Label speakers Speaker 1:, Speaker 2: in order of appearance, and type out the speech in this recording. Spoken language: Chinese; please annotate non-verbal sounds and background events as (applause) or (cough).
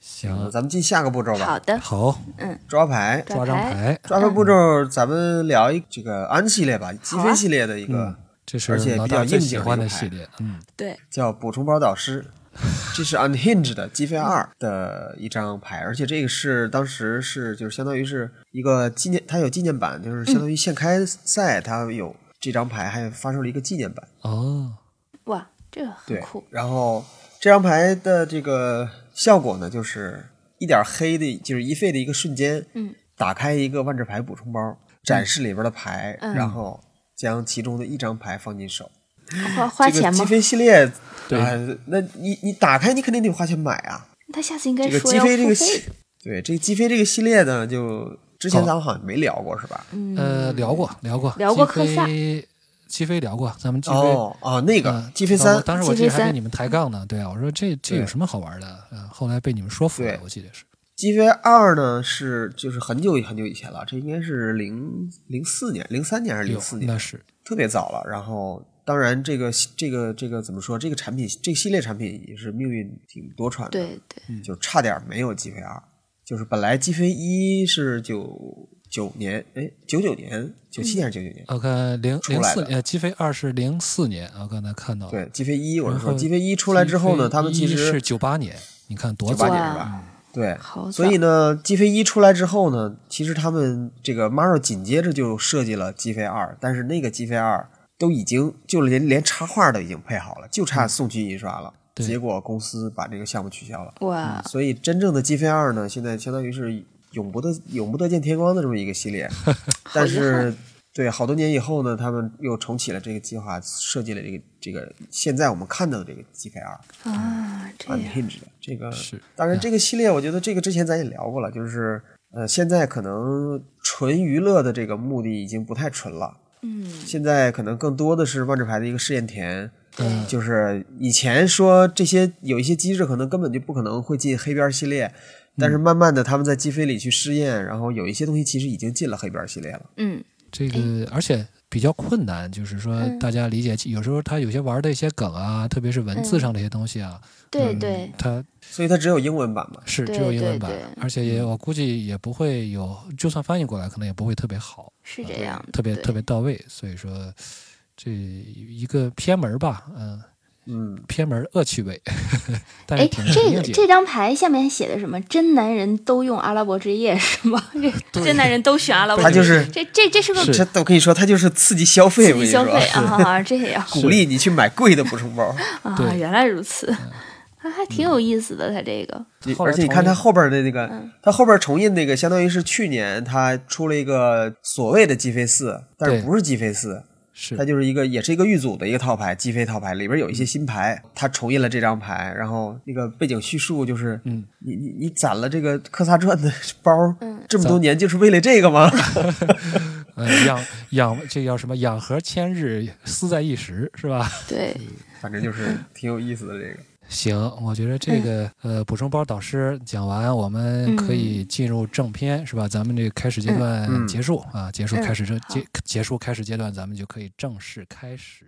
Speaker 1: 行，
Speaker 2: 嗯咱们进下个步骤吧。
Speaker 3: 好的，
Speaker 1: 好，
Speaker 2: 抓牌，
Speaker 3: 抓
Speaker 1: 抓张
Speaker 3: 牌
Speaker 1: 牌，
Speaker 2: 抓牌步骤，咱们聊一这个安系列吧，积
Speaker 3: 好啊
Speaker 2: 分系列的一个、
Speaker 1: 这是
Speaker 2: 而且
Speaker 1: 老
Speaker 2: 比较
Speaker 1: 大最
Speaker 2: 应
Speaker 1: 喜
Speaker 2: 景的
Speaker 1: 欢
Speaker 2: 一
Speaker 1: 的
Speaker 2: 个
Speaker 1: 系
Speaker 2: 牌
Speaker 1: 列，嗯，
Speaker 3: 对，
Speaker 2: 叫补充包导师，这是 Unhinged 的积分二的一张牌，而且这个是当时是就是相当于是一个纪念，它有纪念版，就是相当于现开赛它有这张牌，还发售了一个纪念版。
Speaker 3: 嗯
Speaker 1: 哦，
Speaker 3: 哇，这个很
Speaker 2: 对
Speaker 3: 酷，，
Speaker 2: 然后这张牌的这个效果呢，就是一点黑的，就是一费的一个瞬间，
Speaker 3: 嗯，
Speaker 2: 打开一个万智牌补充包，展示里边的牌，
Speaker 3: 嗯
Speaker 2: 然后将其中的一张牌放进手。
Speaker 3: 花花
Speaker 2: 这个
Speaker 3: 钱
Speaker 2: 积
Speaker 3: 吗？
Speaker 2: 分系列，
Speaker 1: 对
Speaker 2: 呃那你你打开你肯定得花钱买啊。
Speaker 3: 他下次应该
Speaker 2: 这个
Speaker 3: 哎说
Speaker 2: 积
Speaker 3: 要
Speaker 2: 飞这
Speaker 3: 付
Speaker 2: 个
Speaker 3: 费
Speaker 2: 系，，对这个积飞这个系列呢，就之前
Speaker 1: 好
Speaker 2: 咱们好像没聊过是吧？
Speaker 3: 嗯
Speaker 2: 哦
Speaker 1: 呃，聊过聊过，
Speaker 3: 聊过
Speaker 1: 鸡
Speaker 3: 克萨
Speaker 1: 飞，鸡飞聊过，咱们鸡飞。
Speaker 2: 哦哦，那个
Speaker 1: 嗯
Speaker 2: 积飞
Speaker 1: 当
Speaker 2: 三，
Speaker 1: 当时我记得还
Speaker 3: GV3
Speaker 1: 跟你们抬杠呢，对啊，我说这这有
Speaker 2: 对
Speaker 1: 什么好玩的？嗯，后来被你们说服了
Speaker 2: 对，
Speaker 1: 我记得是，
Speaker 2: 积飞二呢是就是很久很久以前了，这应该是零零四年、零三年还是零
Speaker 1: 有
Speaker 2: 四
Speaker 1: 那
Speaker 2: 年，
Speaker 1: 是，
Speaker 2: 特别早了。然后当然这个这个这个怎么说？这个产品这个系列产品也是命运挺多舛的，
Speaker 3: 对对，
Speaker 1: 嗯
Speaker 2: 就差点没有积飞二。就是本来积飞一是九九年，哎，九九年、九七年还是九九年？
Speaker 1: 我看零
Speaker 2: 出
Speaker 1: 零
Speaker 2: 来
Speaker 1: 四
Speaker 2: 的
Speaker 1: 呃，鸡飞二是零四年，我刚才看到了。
Speaker 2: 对，积飞一，我是
Speaker 1: 然
Speaker 2: 说
Speaker 1: 后
Speaker 2: 积飞一出来之后呢，他们其
Speaker 1: 一是
Speaker 2: 实
Speaker 1: 九八年，你看多
Speaker 2: 九八
Speaker 1: 早
Speaker 2: 年
Speaker 3: 哇
Speaker 2: 是吧？对，
Speaker 3: 好
Speaker 2: 所以呢，积飞一出来之后呢，其实他们这个 Maro 紧接着就设计了积飞二，但是那个积飞二都已经就连连插画都已经配好了，就差送去印刷了。
Speaker 1: 对
Speaker 2: 结果公司把这个项目取消了，
Speaker 3: 哇，
Speaker 2: 所以真正的积飞二呢，现在相当于是永不得永不得见天光的这么一个系列，但是。对，好多年以后呢，他们又重启了这个计划，设计了这个这个现在我们看到的这个积飞二。
Speaker 3: 啊，这样
Speaker 2: Unhinged 这个
Speaker 1: 是
Speaker 2: 当
Speaker 3: 哎
Speaker 2: 然这个系列，我觉得这个之前咱也聊过了，就是呃，现在可能纯娱乐的这个目的已经不太纯了，
Speaker 3: 嗯，
Speaker 2: 现在可能更多的是万智牌的一个试验田。
Speaker 1: 嗯
Speaker 2: 就是以前说这些有一些机制可能根本就不可能会进黑边系
Speaker 3: 嗯
Speaker 2: 列，但是慢慢的他们在机飞里去试验，然后有一些东西其实已经进了黑边系列了。
Speaker 3: 嗯，
Speaker 1: 这个，而且比较困难，就是说大家理解，有时候他有些玩的一些梗啊，特别是文字上这些东西啊，
Speaker 3: 嗯对
Speaker 1: 嗯
Speaker 3: 对，
Speaker 1: 它
Speaker 2: 所以它只有英文版嘛？
Speaker 1: 是只
Speaker 3: 对
Speaker 1: 有英
Speaker 3: 对
Speaker 1: 文版
Speaker 3: 对，嗯
Speaker 1: 而且也我估计也不会有，就算翻译过来，可能也不会特别好，
Speaker 3: 是
Speaker 2: 啊
Speaker 3: 这样的，
Speaker 1: 特别
Speaker 3: 对
Speaker 1: 特别到位。所以说，这一个偏门吧，嗯，
Speaker 2: 嗯，
Speaker 1: 偏门恶趣味， (laughs) 但
Speaker 3: 哎，
Speaker 1: 是挺
Speaker 3: 这
Speaker 1: 应
Speaker 3: 个
Speaker 1: 景。
Speaker 3: 这张牌下面写的什么？真男人都用阿拉伯之夜是吗？ (laughs) 这真男人都选阿拉伯之
Speaker 2: 它
Speaker 3: 夜，
Speaker 2: 就是
Speaker 3: 这这这是个
Speaker 1: 是
Speaker 2: 这我跟你说，它就是刺激消费，
Speaker 3: 刺
Speaker 2: 我
Speaker 3: 激
Speaker 2: 跟你
Speaker 3: 消
Speaker 2: 说，
Speaker 3: 费啊，这样
Speaker 2: 鼓励你去买贵的补充
Speaker 3: (laughs)
Speaker 2: 包。
Speaker 3: 啊，
Speaker 1: (laughs) 对嗯
Speaker 3: 原来如此，啊，还挺有意思的，它这个
Speaker 2: 你
Speaker 1: 后来
Speaker 2: 而且你
Speaker 1: 重
Speaker 2: 看它
Speaker 1: 印嗯
Speaker 2: 后边的那个，它后边重印那个，相当于是去年它出了一个所谓的 G 飞四，但
Speaker 1: 对
Speaker 2: 是不是 G 飞四，
Speaker 1: 是
Speaker 2: 它就是一个也是一个预组的一个套牌 G 飞套牌，里边有一些新牌，
Speaker 1: 嗯
Speaker 2: 它重印了这张牌，然后那个背景叙述就是，嗯，你你你攒了这个科萨传的 (laughs) 包，这么多年就是为了这个吗？ (laughs)
Speaker 1: 嗯，养养这叫什么？养和千日，思在一时，是吧？
Speaker 3: 对，
Speaker 2: 反正就是挺有意思的这个。
Speaker 1: 行，我觉得
Speaker 3: 嗯
Speaker 1: 这个、呃，补充包导师讲完，我们可以
Speaker 3: 嗯
Speaker 1: 进入正片，是吧？咱们这个开始阶段
Speaker 2: 嗯
Speaker 1: 结束、啊，结束
Speaker 3: 嗯
Speaker 1: 开始这
Speaker 3: 好
Speaker 1: 结结束开始阶段，咱们就可以正式开始。